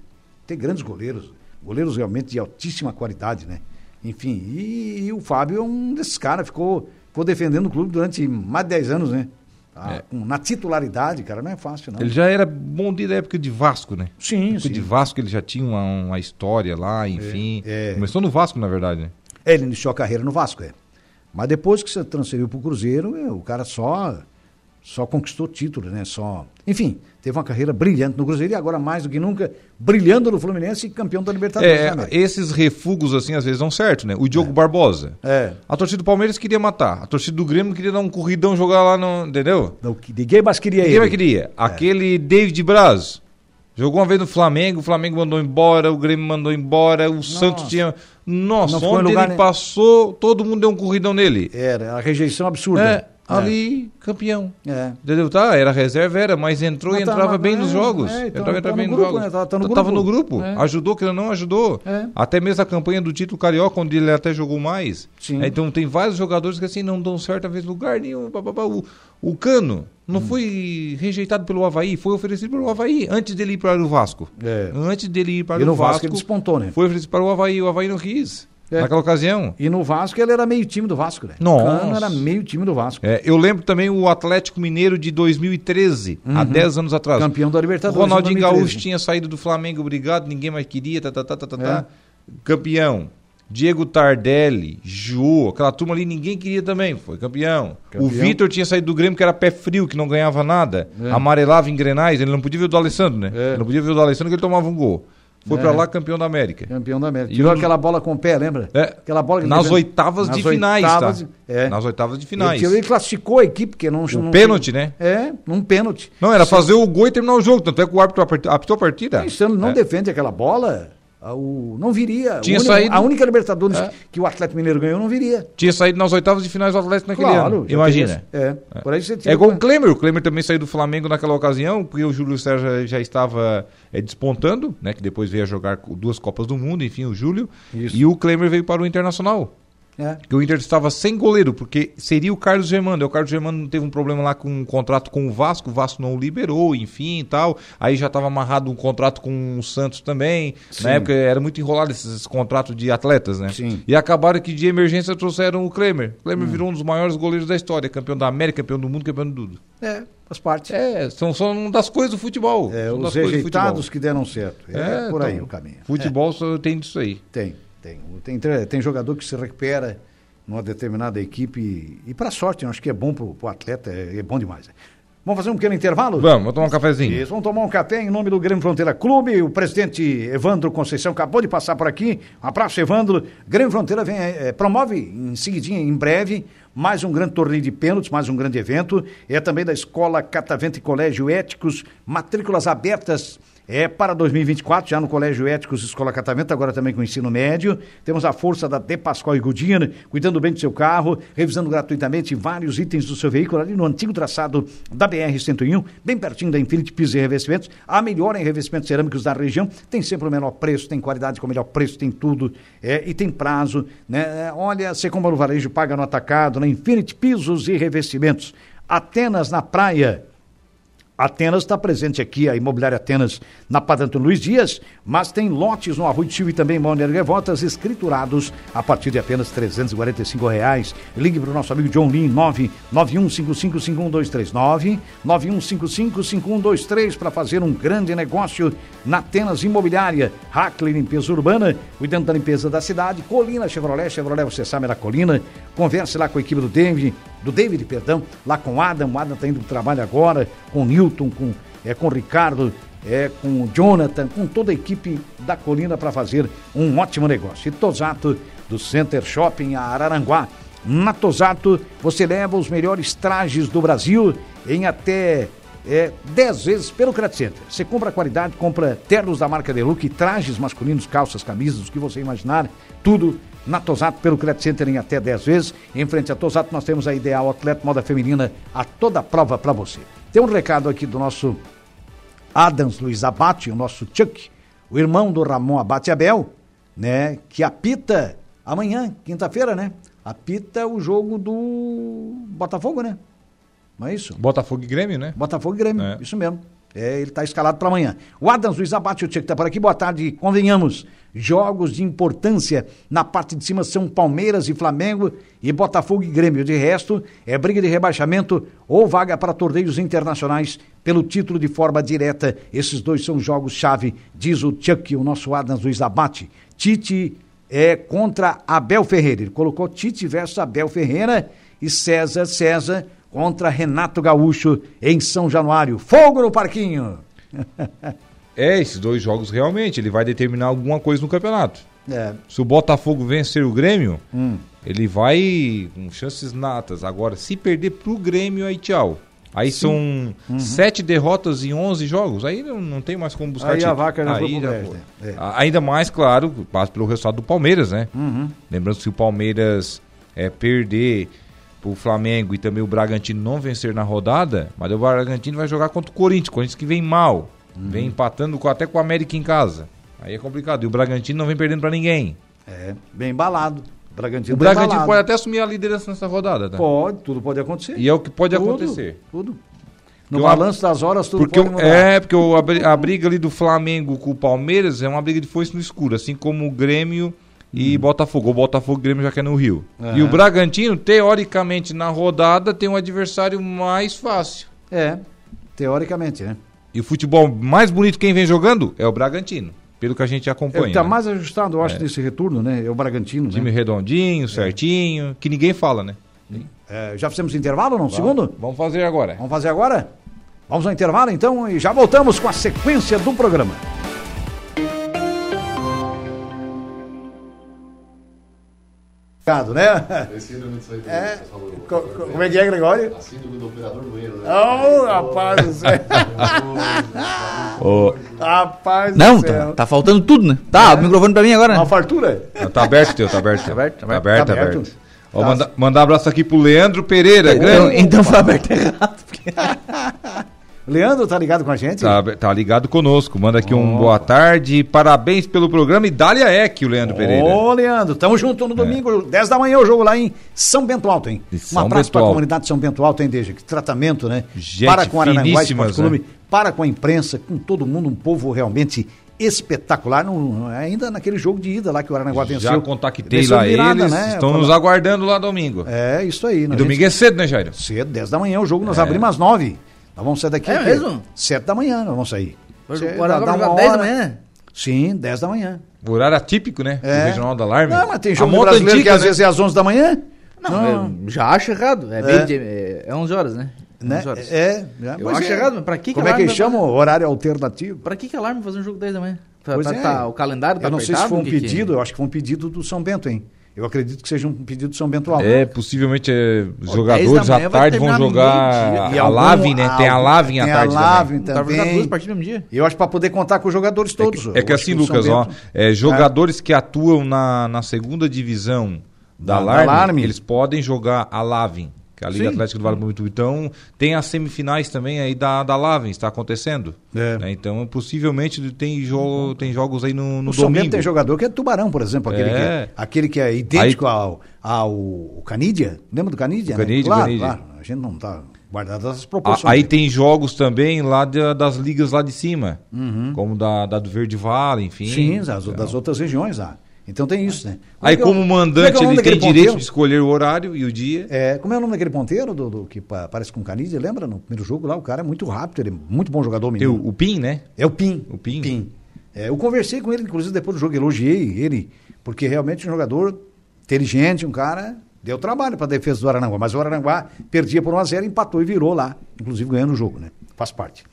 Ter grandes goleiros. Goleiros realmente de altíssima qualidade, né? Enfim, e, e o Fábio é um desses caras. Ficou, ficou defendendo o clube durante mais de 10 anos, né? Tá, É. com- na titularidade, cara, não é fácil, não. Ele já era bom desde a época de Vasco, né? Sim, Época de sim. Vasco ele já tinha uma, uma história lá, enfim. é. Começou no Vasco, na verdade, né? É, Ele iniciou a carreira no Vasco, é. Mas depois que você transferiu para o Cruzeiro, é, o cara só só conquistou título, né? Só, enfim, teve uma carreira brilhante no Cruzeiro e agora mais do que nunca brilhando no Fluminense e campeão da Libertadores. É, né, América? esses refugos, assim, às vezes dão certo, né? O Diogo Barbosa. É. A torcida do Palmeiras queria matar. A torcida do Grêmio queria dar um corridão, jogar lá no. Entendeu? Não, que- Ninguém mais queria Quem ele. É. mais queria? Aquele David Braz. Jogou uma vez no Flamengo, o Flamengo mandou embora, o Grêmio mandou embora, o Santos tinha. Nossa, Não ficou em onde lugar ele nenhum. passou, todo mundo deu um corridão nele. Era a rejeição absurda. É, ali, campeão. É. Entendeu? Tá, era reserva, era, mas entrou Mas e tá, entrava mas- bem nos é, jogos. é, então entrava tá no entrava bem nos grupo, jogos. né? Tá- tá no Tava grupo. no grupo. É. Ajudou, que ele não ajudou. É. Até mesmo a campanha do título carioca, onde ele até jogou mais. Sim. É, Então tem vários jogadores que assim não dão certo, às vezes, lugar nenhum. pá, pá, pá. O, o Cano não Hum. foi rejeitado pelo Havaí, foi oferecido pelo Havaí antes dele ir para o Vasco. É. Antes dele ir para E o no Vasco. Vasco ele despontou, né? Foi oferecido para o Havaí, o Havaí não quis. É. Naquela ocasião. E no Vasco ele era meio time do Vasco, né? Nossa. Cano era meio time do Vasco. É, eu lembro também o Atlético Mineiro de 2013, há 10 anos atrás. Uhum. Campeão da Libertadores O Ronaldinho em 2013. Gaúcho tinha saído do Flamengo, obrigado, ninguém mais queria, tá, tá, tá, tá, tá, É. tá. Campeão. Diego Tardelli, Jô, aquela turma ali ninguém queria também, foi campeão. Campeão. O Vitor tinha saído do Grêmio, que era pé frio, que não ganhava nada, É. amarelava em grenais, ele não podia ver o do Alessandro, né? É. Ele não podia ver o do Alessandro que ele tomava um gol. Foi É. pra lá campeão da América. Campeão da América. E Tirou um dos- aquela bola com o pé, lembra? É. Aquela bola que ele Nas teve- oitavas Nas de finais, oitavas tá? de- É. Nas oitavas de Ele, finais. tirou- ele classificou a equipe, porque não. não- pênalti, né? É, num pênalti. Não, era fazer o gol e terminar o jogo. Tanto é que o árbitro apert- apitou a partida. Mas Se ele não É. defende aquela bola, a- o, não viria. O Tinha único- saído- A única Libertadores É. que o Atlético Mineiro ganhou não viria. Tinha saído nas oitavas de finais do Atlético naquele ano. já Imagina. tem esse- É. Por aí você É tira- igual o Klemer. O Klemer também saiu do Flamengo naquela ocasião, porque o Júlio César já- já estava é, despontando, né? Que depois veio a jogar co- duas Copas do Mundo, enfim, o Júlio. Isso. E o Klemer veio para o Internacional. É. Que o Inter estava sem goleiro, porque seria o Carlos Germano. Daí O Carlos Germano teve um problema lá com um contrato com o Vasco, o Vasco não o liberou, enfim e tal. Aí já estava amarrado um contrato com o Santos também. Na época era muito enrolado esses contratos de atletas, né? Sim. Hum. E acabaram que de emergência trouxeram o Klemer. O Klemer virou um dos maiores goleiros da história, campeão da América, campeão do mundo, campeão de tudo. É, faz parte. É, são, são das coisas do futebol. É, são os das coisas do rejeitados que deram certo. futebol. É, por aí então, o caminho. Futebol só tem disso aí. Tem, tem. O- Tem, tre- tem jogador que se recupera numa determinada equipe e, e para sorte, eu acho que é bom pro, pro atleta, é, é bom demais. Vamos fazer um pequeno intervalo? Vamos, vamos tomar um cafezinho. Isso, vamos tomar um café em nome do Grêmio Fronteira Clube. O presidente Evandro Conceição acabou de passar por aqui. Um abraço, Evandro. Grêmio Fronteira vem, eh, promove em seguidinha, em breve, mais um grande torneio de pênaltis, mais um grande evento. É também da Escola Catavento e Colégio Éticos, matrículas abertas. É para 2024, já no Colégio Éticos Escola Catavento, agora também com ensino médio. Temos a força da De Pascoal e Godinho, cuidando bem do seu carro, revisando gratuitamente vários itens do seu veículo ali no antigo traçado da BR-101, bem pertinho da Infinity Piso e Revestimentos. A melhor em revestimentos cerâmicos da região. Tem sempre o menor preço, tem qualidade com o melhor preço, tem tudo. é, e tem prazo, né? É, Olha, você compra no varejo, paga no atacado, na Infinity Pisos e Revestimentos. Atenas na praia. Atenas está presente aqui, a Imobiliária Atenas, na Padre Antônio Luiz Dias, mas tem lotes no Arroio de Silva e também em Balneário Revotas, escriturados a partir de apenas R$ reais. Ligue para o nosso amigo John Lin, 991555123, 91555123, para fazer um grande negócio na Atenas Imobiliária. Hackley Limpeza Urbana, cuidando da limpeza da cidade, Colina Chevrolet, Chevrolet, você sabe, é na Colina. Converse lá com a equipe do David, do David, perdão, lá com o Adam. O Adam está indo para o trabalho agora, com o Newton, com, é, com o Ricardo, é, com o Jonathan, com toda a equipe da Colina para fazer um ótimo negócio. E Tosato, do Center Shopping a Araranguá. Na Tosato, você leva os melhores trajes do Brasil em até é, 10 vezes pelo Credit Center. Você compra qualidade, compra ternos da marca Deluxe, trajes masculinos, calças, camisas, o que você imaginar, tudo na Tosato pelo Credit Center em até 10 vezes. Em frente à Tosato nós temos a Ideal Atleta Moda Feminina a toda prova para você. Tem um recado aqui do nosso Adams Luiz Abate, o nosso Chuck, o irmão do Ramon Abate Abel, né, que apita amanhã, quinta-feira, né? Apita o jogo do Botafogo, né? Não é isso? Botafogo e Grêmio, né? Botafogo e Grêmio, É. isso mesmo. É, ele está escalado para amanhã. O Adams Luiz Abate, o Tchê que está por aqui. Boa tarde, convenhamos. Jogos de importância na parte de cima são Palmeiras e Flamengo e Botafogo e Grêmio. De resto, é briga de rebaixamento ou vaga para torneios internacionais pelo título de forma direta. Esses dois são jogos-chave, diz o Chuck, o nosso Adams Luiz Abate. Tite é contra Abel Ferreira. Ele colocou Tite versus Abel Ferreira e César César contra Renato Gaúcho em São Januário. Fogo no parquinho! É, esses dois jogos realmente, ele vai determinar alguma coisa no campeonato. É, Se o Botafogo vencer o Grêmio, hum, ele vai com chances natas. Agora, se perder pro Grêmio, aí tchau. Aí são Uhum. sete derrotas em 11 jogos. Aí não, não tem mais como buscar Aí a título. vaca já foi Aí pro já brejo, foi. né? É. A- Ainda mais, claro, passa pelo resultado do Palmeiras, né? uhum. Lembrando que se o Palmeiras é, perder pro Flamengo e também o Bragantino não vencer na rodada, mas o Bragantino vai jogar contra o Corinthians, Corinthians que vem mal. Uhum. Vem empatando com- até com o América em casa. Aí é complicado. E o Bragantino não vem perdendo pra ninguém. É, bem embalado. Bragantino o tá Bragantino embalado. pode até assumir a liderança nessa rodada, tá? Pode, tudo pode acontecer. E é o que pode Tudo, acontecer. Tudo. No Eu- balanço das horas, tudo Porque pode o- mudar. é, porque o- a bri- a briga ali do Flamengo com o Palmeiras é uma briga de foice no escuro, assim como o Grêmio e Botafogo. O Botafogo e o Grêmio já quer no Rio. Hum. Aham. E o Bragantino, teoricamente, na rodada, tem um adversário mais fácil. É, teoricamente, né? E o futebol mais bonito quem vem jogando é o Bragantino, pelo que a gente É, o que acompanha. tá né? mais ajustado, eu acho, É. nesse retorno, né? É o Bragantino, Time né? redondinho, certinho, que ninguém fala, né? É, já fizemos intervalo ou não? Segundo? Vamos fazer agora. Vamos fazer agora? Vamos ao intervalo então e já voltamos com a sequência do programa. Obrigado, né? A síndrome disso aí que É. você falou. Co- co- Como é que é, Gregório? A síndrome do operador do banheiro, né? Oh, rapaz do céu. Rapaz do Não, céu. tá, tá faltando tudo, né? Tá, É. o microfone pra mim agora, Uma né? fartura? Ah, Tá aberto teu, tá aberto. Tá aberto, tá aberto. tá Tá aberto. aberto. Ó, manda- mandar abraço aqui pro Leandro Pereira, Então, grande. então foi aberto errado. porque- Leandro tá ligado com a gente? Tá, tá ligado conosco. Manda aqui um boa tarde, parabéns pelo programa e Dália Eck, o Leandro Pereira. É. Ô, Leandro, tamo junto no domingo, 10 da manhã, o jogo lá em São Bento Alto, hein? Em um São abraço Bento pra Alto. comunidade de São Bento Alto, hein, Deja? Que tratamento, né? Gente para com Aranaguá finíssimas, Esporte Clube, para com a imprensa, com todo mundo, um povo realmente espetacular, não, é ainda naquele jogo de ida lá que o Aranaguá venceu. Já contactei Venceu lá de virada, eles, né? estão nos Fala- aguardando lá domingo. É, isso aí. e É. domingo é cedo, né, Jairo? Cedo, 10 da manhã o jogo, nós abrimos às 9. Nós vamos sair daqui. É o quê? mesmo? 7 da manhã nós vamos sair. Cê- Agora dá agora uma joga 10 da hora- manhã, né? Sim, 10 da manhã. O horário atípico, né? É. O regional do alarme. Não, mas tem A jogo do monta brasileiro que antiga, às né? vezes é às 11 da manhã. Não, eu já acho errado. É, É. Bem, de- é, é 11 horas, né? Né? 11 horas. É, é, Eu pois acho é. errado, mas pra que que Como é que alarme eles vai chamam? Horário alternativo. Pra que, que alarme fazer um jogo 10 da manhã? Tá, Pois tá- é. tá- o calendário tá eu não sei se apertado? foi um é? que que- pedido, eu acho que foi um pedido do São Bento, hein? Eu acredito que seja um pedido do São Bento Alto. É, possivelmente é, os 10 jogadores da à manhã vai tarde vão terminar jogar meio-dia. E a algum- Lavin, né? Tem a algum- Lavin à tem tarde a Lavin Tá pra jogar também. duas partidas no mesmo dia? Eu acho para poder contar com os jogadores todos. É que assim, Lucas, ó, tá é, jogadores que atuam na, na segunda divisão Da- da da Alarme, Alarme. eles podem jogar a Lavin, que é a Liga Sim. Atlética do Vale do Mutuitão. Tem as semifinais também aí da, da Lavin, está acontecendo. É. Né, Então, possivelmente, tem, jo tem jogos aí no, no O São Bento domingo. tem jogador que é Tubarão, por exemplo, aquele, É. que, aquele que é idêntico ao, ao Canidia. Lembra do Canidia? O Canidia, claro, Canidia. claro. A gente não tá guardado as A- proporções. Ah, aí né? tem jogos também lá da- das ligas lá de cima, como da, da do Verde Vale, enfim. Uhum. É. Sim, as- das outras regiões lá. Então tem isso, né? Aí, é que é o- como é que mandante, é o nome ele tem daquele direito ponteiro? de escolher o horário e o dia. É, como é o nome daquele ponteiro do, do que pa- parece com o Canide, lembra? No primeiro jogo lá, o cara é muito rápido, ele é muito bom jogador Tem menino. o, o PIN, né? É o Pim. O Pim. É, eu conversei com ele, inclusive, depois do jogo, elogiei ele, porque realmente um jogador inteligente, um cara, deu trabalho para a defesa do Arananguá. Mas o Arananguá perdia por 1x0, empatou e virou lá, inclusive ganhando o jogo, né? Faz parte.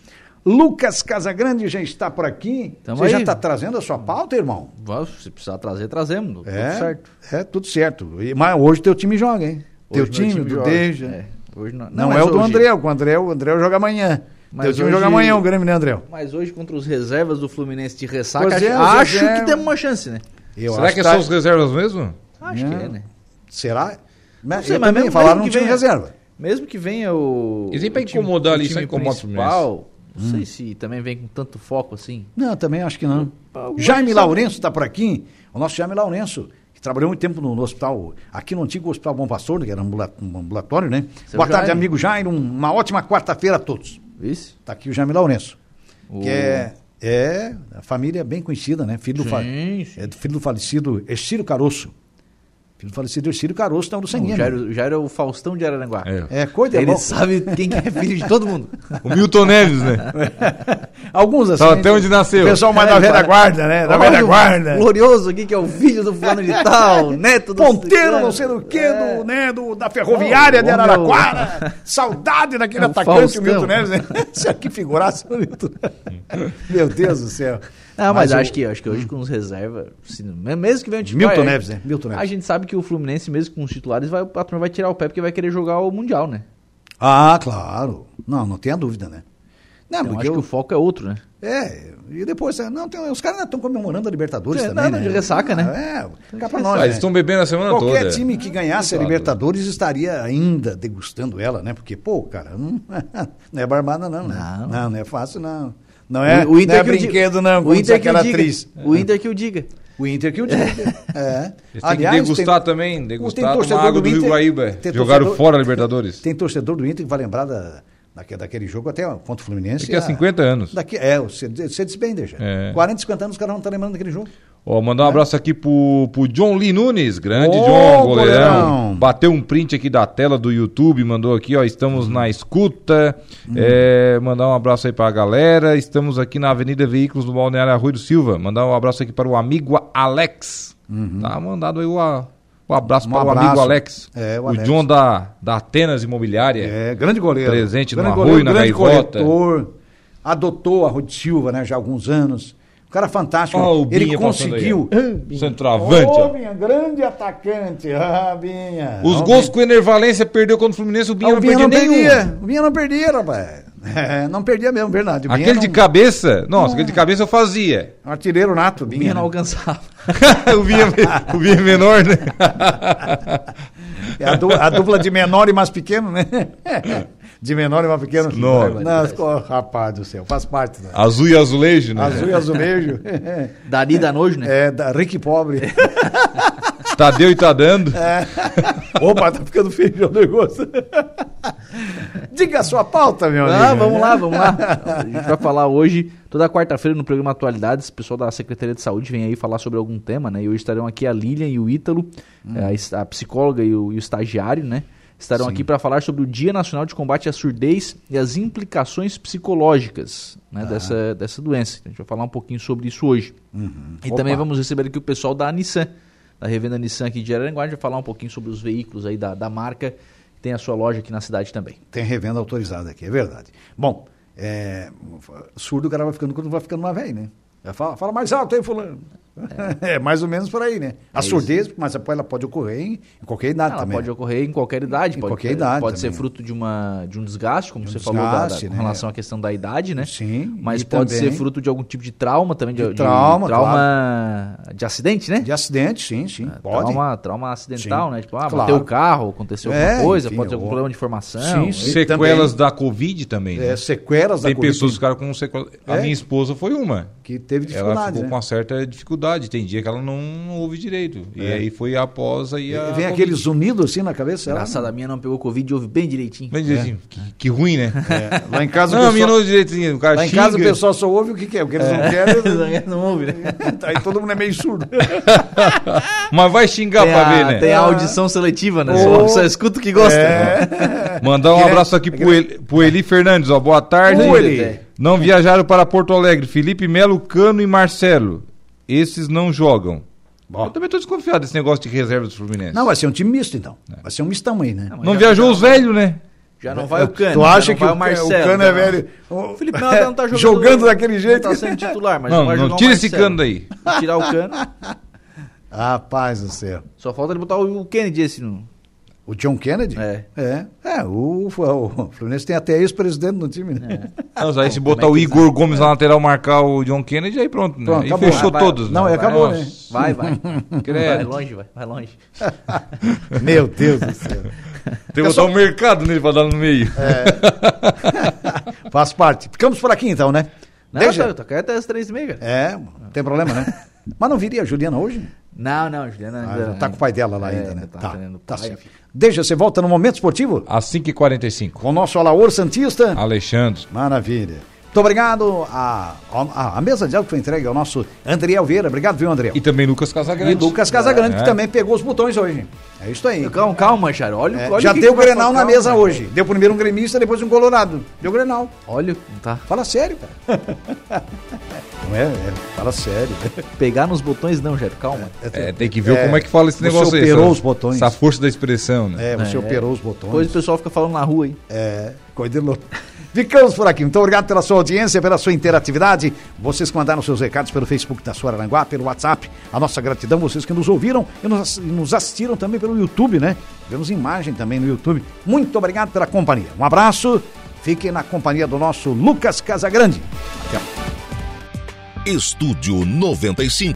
Lucas Casagrande já está por aqui. Tamo Você já aí. está trazendo a sua pauta, irmão? Vamos, Se precisar trazer, trazemos. É, Tudo certo. É, tudo certo. E- Mas hoje teu time joga, hein? teu Hoje meu time, do joga. Deja. É, hoje não, Não, mas é o do hoje- André, o André, o André joga amanhã. Mas Teu time hoje- joga amanhã o Grêmio, né, André? Mas hoje, contra os reservas do Fluminense de ressaca, Pois acho, é, os acho reservas- que temos uma chance, né? Eu Será que é tá- só os reservas mesmo? Acho que é, né? Será? Mas sei, eu mas também mesmo- falaram mesmo não que tinha venha- reserva. Mesmo que venha o. E nem pra o time- incomodar o ali, é time só incomoda o principal. Não Hum. sei se também vem com tanto foco assim. Não, também acho que não. Jaime Lourenço está por aqui. O nosso Jaime Lourenço, que trabalhou muito tempo no, no hospital, aqui no antigo Hospital Bom Pastor, que era ambula- um ambulatório, né? Seu Boa tarde, Jaime. amigo Jaime. Um- Uma ótima quarta-feira a todos. Vice? Está aqui o Jaime Lourenço, O- que é, é a família bem conhecida, né? Filho do, fa- Sim, sim. é do filho do falecido Estiro Caroço. Filho do falecido Ercílio Caroço, tá não, do O Sanguíneo. Jairo, o Jairo é o Faustão de Araranguá. É. É, coisa Ele bom. sabe quem que é filho de todo mundo. O Milton Neves, né? Alguns assim. Sabe Tá, até onde nasceu. O pessoal mais da Caralho, velha para. guarda, né? Da Olha velha o guarda. Glorioso aqui que é o filho do fulano de tal, neto do Ponteiro, ciclano. É. não sei do que, do, né, do, da ferroviária Ô, de ô, meu. Araraquara. Saudade daquele É o atacante, o Faustão. Milton Neves. Né? Será que figurasse o Milton Meu Deus do céu. Ah, mas, o- Hum. acho, que, acho que hoje com os reservas, mesmo que venha de Milton titular, Neves, né? Milton Neves. A gente sabe que o Fluminense, mesmo com os titulares, vai, a turma vai tirar o pé porque vai querer jogar o Mundial, né? Ah, claro. Não, não tenha dúvida, né? Não, Então, porque acho que eu- o foco é outro, né? É, e depois, eh, não, tem, os caras estão comemorando a Libertadores É, também, nada né? de ressaca, né? É, cá pra de nós, Ah, né? eles estão bebendo a semana Qualquer toda. time que ganhasse a Claro. Libertadores estaria ainda degustando ela, né? Porque, pô, cara, não, não é barbada não, né? Não. Não, não é fácil não. Não é, o não Inter é que o di- brinquedo não, o como diz Inter que aquela o diga. atriz. O Inter que o diga. O Inter que o diga. É. Eles têm que degustar também, degustar, um torcedor tomar do água do Rio Inter- Guaíba. tem Jogaram torcedor- fora a Libertadores. Tem torcedor do Inter que vai lembrar da, daque- daquele jogo até ó, contra o Fluminense. Daqui a ah, 50 anos. Daqui, é, você, você diz bem, deixa. É. 40, 50 anos os caras não estão lembrando daquele jogo. Ó, mandar um abraço aqui pro, pro John Lee Nunes, grande Né? Ô, John, goleirão. goleirão. Bateu um print aqui da tela do YouTube, mandou aqui, ó, estamos Hum. na escuta. É, mandar um abraço aí pra galera. Estamos aqui na Avenida Veículos do Balneário Arroio do Silva. Mandar um abraço aqui para o amigo Alex. Tá mandado aí o, a- o abraço Uhum. Um para abraço. o amigo Alex. É, o o Alex. John da, da Atenas Imobiliária. É, grande goleiro. Presente grande no arroio, na grande gaivota. corretor, adotou a Rod Silva, né, já há alguns anos. Um cara fantástico. Ó, o Ele Binha passando aí, conseguiu. Centroavante, Ô, ó. Binha, grande atacante. Ah, Binha. Os Ó, gols que o Enervalência perdeu contra o Fluminense, o Binha. Binha Ah, não perdeu nenhum. O Binha não perdia, rapaz. É, não perdia mesmo, verdade. O Binha Aquele de não- cabeça, nossa, aquele de cabeça eu fazia. Artilheiro nato, Binha. Minha né? não alcançava. o, Vinha, o Vinha menor, né? É a, du- a dupla de menor e mais pequeno, né? De menor e mais pequeno. Não. Não, ficou- rapaz do céu, faz parte. Né? Azul e azulejo, né? Azul e azulejo. Dari da nojo, né? É, da rico e pobre. Tadeu Tá e Tadando. É, Opa, tá ficando feio o negócio. Diga a sua pauta, meu amigo. Ah, vamos lá, vamos lá. A gente vai falar hoje, toda quarta-feira, no programa Atualidades, o pessoal da Secretaria de Saúde vem aí falar sobre algum tema, né? E hoje estarão aqui a Lilian e o Ítalo, Hum. eh, a es- a, psicóloga e o, e o estagiário, né? Estarão aqui para falar sobre o Dia Nacional de Combate à Surdez e as implicações psicológicas Tá. né, dessa, dessa doença. Então, a gente vai falar um pouquinho sobre isso hoje. E Uhum. Opa. também vamos receber aqui o pessoal da Nissan, da revenda Nissan aqui de Araranguá. A gente vai falar um pouquinho sobre os veículos aí da, da marca, que tem a sua loja aqui na cidade também. Tem revenda autorizada aqui, é verdade. Bom, é, surdo o cara vai ficando quando vai ficando mais velho, né? Já Fala, fala mais alto aí, fulano. É. mais ou menos por aí, né? A isso. surdez, mas ela pode ocorrer em, em qualquer idade Ela também. né? pode ocorrer em qualquer idade, Em pode, qualquer idade pode ser também. fruto de, uma, de um desgaste, como De um você falou, da- da- desgaste, com né? relação à questão da idade, né? Sim, Mas e pode também- ser fruto de algum tipo de trauma também, de, De de trauma, trauma de acidente, né? De acidente, sim, sim. pode. Trauma, trauma acidental, Sim, né? Tipo, ah, claro. bateu o carro, aconteceu É, alguma coisa, enfim, pode ser algum ou- problema de formação. Sim, sim. Sequelas da Covid também. né? É, sequelas Tem da pessoas que Covid ficaram com sequelas. A É. minha esposa foi uma. que teve Ela dificuldades, ficou né? com uma certa dificuldade. Tem dia que ela não, não ouve direito. E aí foi após aí a. É. Vem Covid. aquele zunido assim na cabeça? ela- Engraçada, a minha não pegou Covid e ouve bem direitinho. Mas É. diz assim, que, que ruim, né? Lá em casa o Não, a minha pessoal- não ouve direitinho. O cara Lá em xinga. casa o pessoal só ouve o que quer, o que eles não querem. É. não ouve, né? Aí todo mundo é meio surdo. Mas vai xingar Tem É, pra ah, ver, a, né? tem a audição seletiva, né? Ô. É. Só, só escuta o que gosta. Mandar um Guilherme- abraço aqui pro Eli, pro Eli Fernandes, ó. Boa tarde. Ô, Eli. Não viajaram para Porto Alegre. Felipe Melo, Cano e Marcelo. Esses não jogam. Eu também tô desconfiado desse negócio de reserva dos Fluminense. Não, Não, vai ser um time misto, então. É. Vai ser um mistão aí, né? viajou os velhos, né? Já não vai o Cano. tu já acha não que vai o, Marcelo, o Cano é já não- velho? O tá. Felipe Melo não tá jogando. Jogando daquele jeito. Não tá sendo titular, mas não, vai não jogar um o tira esse Marcelo. cano daí. Vou Tirar o cano. Rapaz do céu. Só falta ele botar o Kennedy esse no. O John Kennedy? É. É, É, o, o Fluminense tem até ex-presidente no time, né? Ah, mas aí se botar o Igor Gomes na lateral, marcar o John Kennedy, aí pronto, né? Pronto, Aí acabou. fechou Vai, vai. todos. Não, né? aí acabou, né? Nossa. Vai, vai. Vai Credo. longe, vai, vai longe. É. Meu Deus do céu. Tem que botar um mercado nele pra dar no meio. Faz parte. Ficamos por aqui, então, né? Não, Deixa. tá, tá caindo até as três e meia, cara. É, não tem problema, né? Mas não viria a Juliana hoje? Não, não, Juliana. Ah, Juliana- tá com o pai dela lá É, ainda, né? Tá, Tá, treinando o tá pai. certo. Deixa, você volta no Momento Esportivo? Às 5h45. Com o nosso Alaor Santista? Alexandre. Maravilha. Muito obrigado à, à, à mesa de áudio que foi entregue ao nosso Andriel Vieira. Obrigado, viu, Andriel? E também Lucas Casagrande. E Lucas Casagrande, É. que também pegou os botões hoje. É isso aí. Calma, calma, Jairo. Olha, É, olha já o que deu que o vai Grenal na tocar, mesa cara. hoje. Deu primeiro um gremista, depois um colorado. Deu Grenal. Olha, tá. Fala sério, cara. Não é, é, fala sério. Pegar nos botões não, Jairo. Calma. É, tem que ver É, como é que fala esse você negócio aí. operou essa- os botões. Essa força da expressão, né? É, você É. operou os Depois botões. o pessoal fica falando na rua aí. É, coisa de louco. Ficamos por aqui. Muito obrigado pela sua audiência, pela sua interatividade. Vocês que mandaram seus recados pelo Facebook da Sua Aranguá, pelo WhatsApp. A nossa gratidão, vocês que nos ouviram e nos, ass- e nos assistiram também pelo YouTube, né? Vemos imagem também no YouTube. Muito obrigado pela companhia. Um abraço. Fiquem na companhia do nosso Lucas Casagrande. Até a Estúdio 95.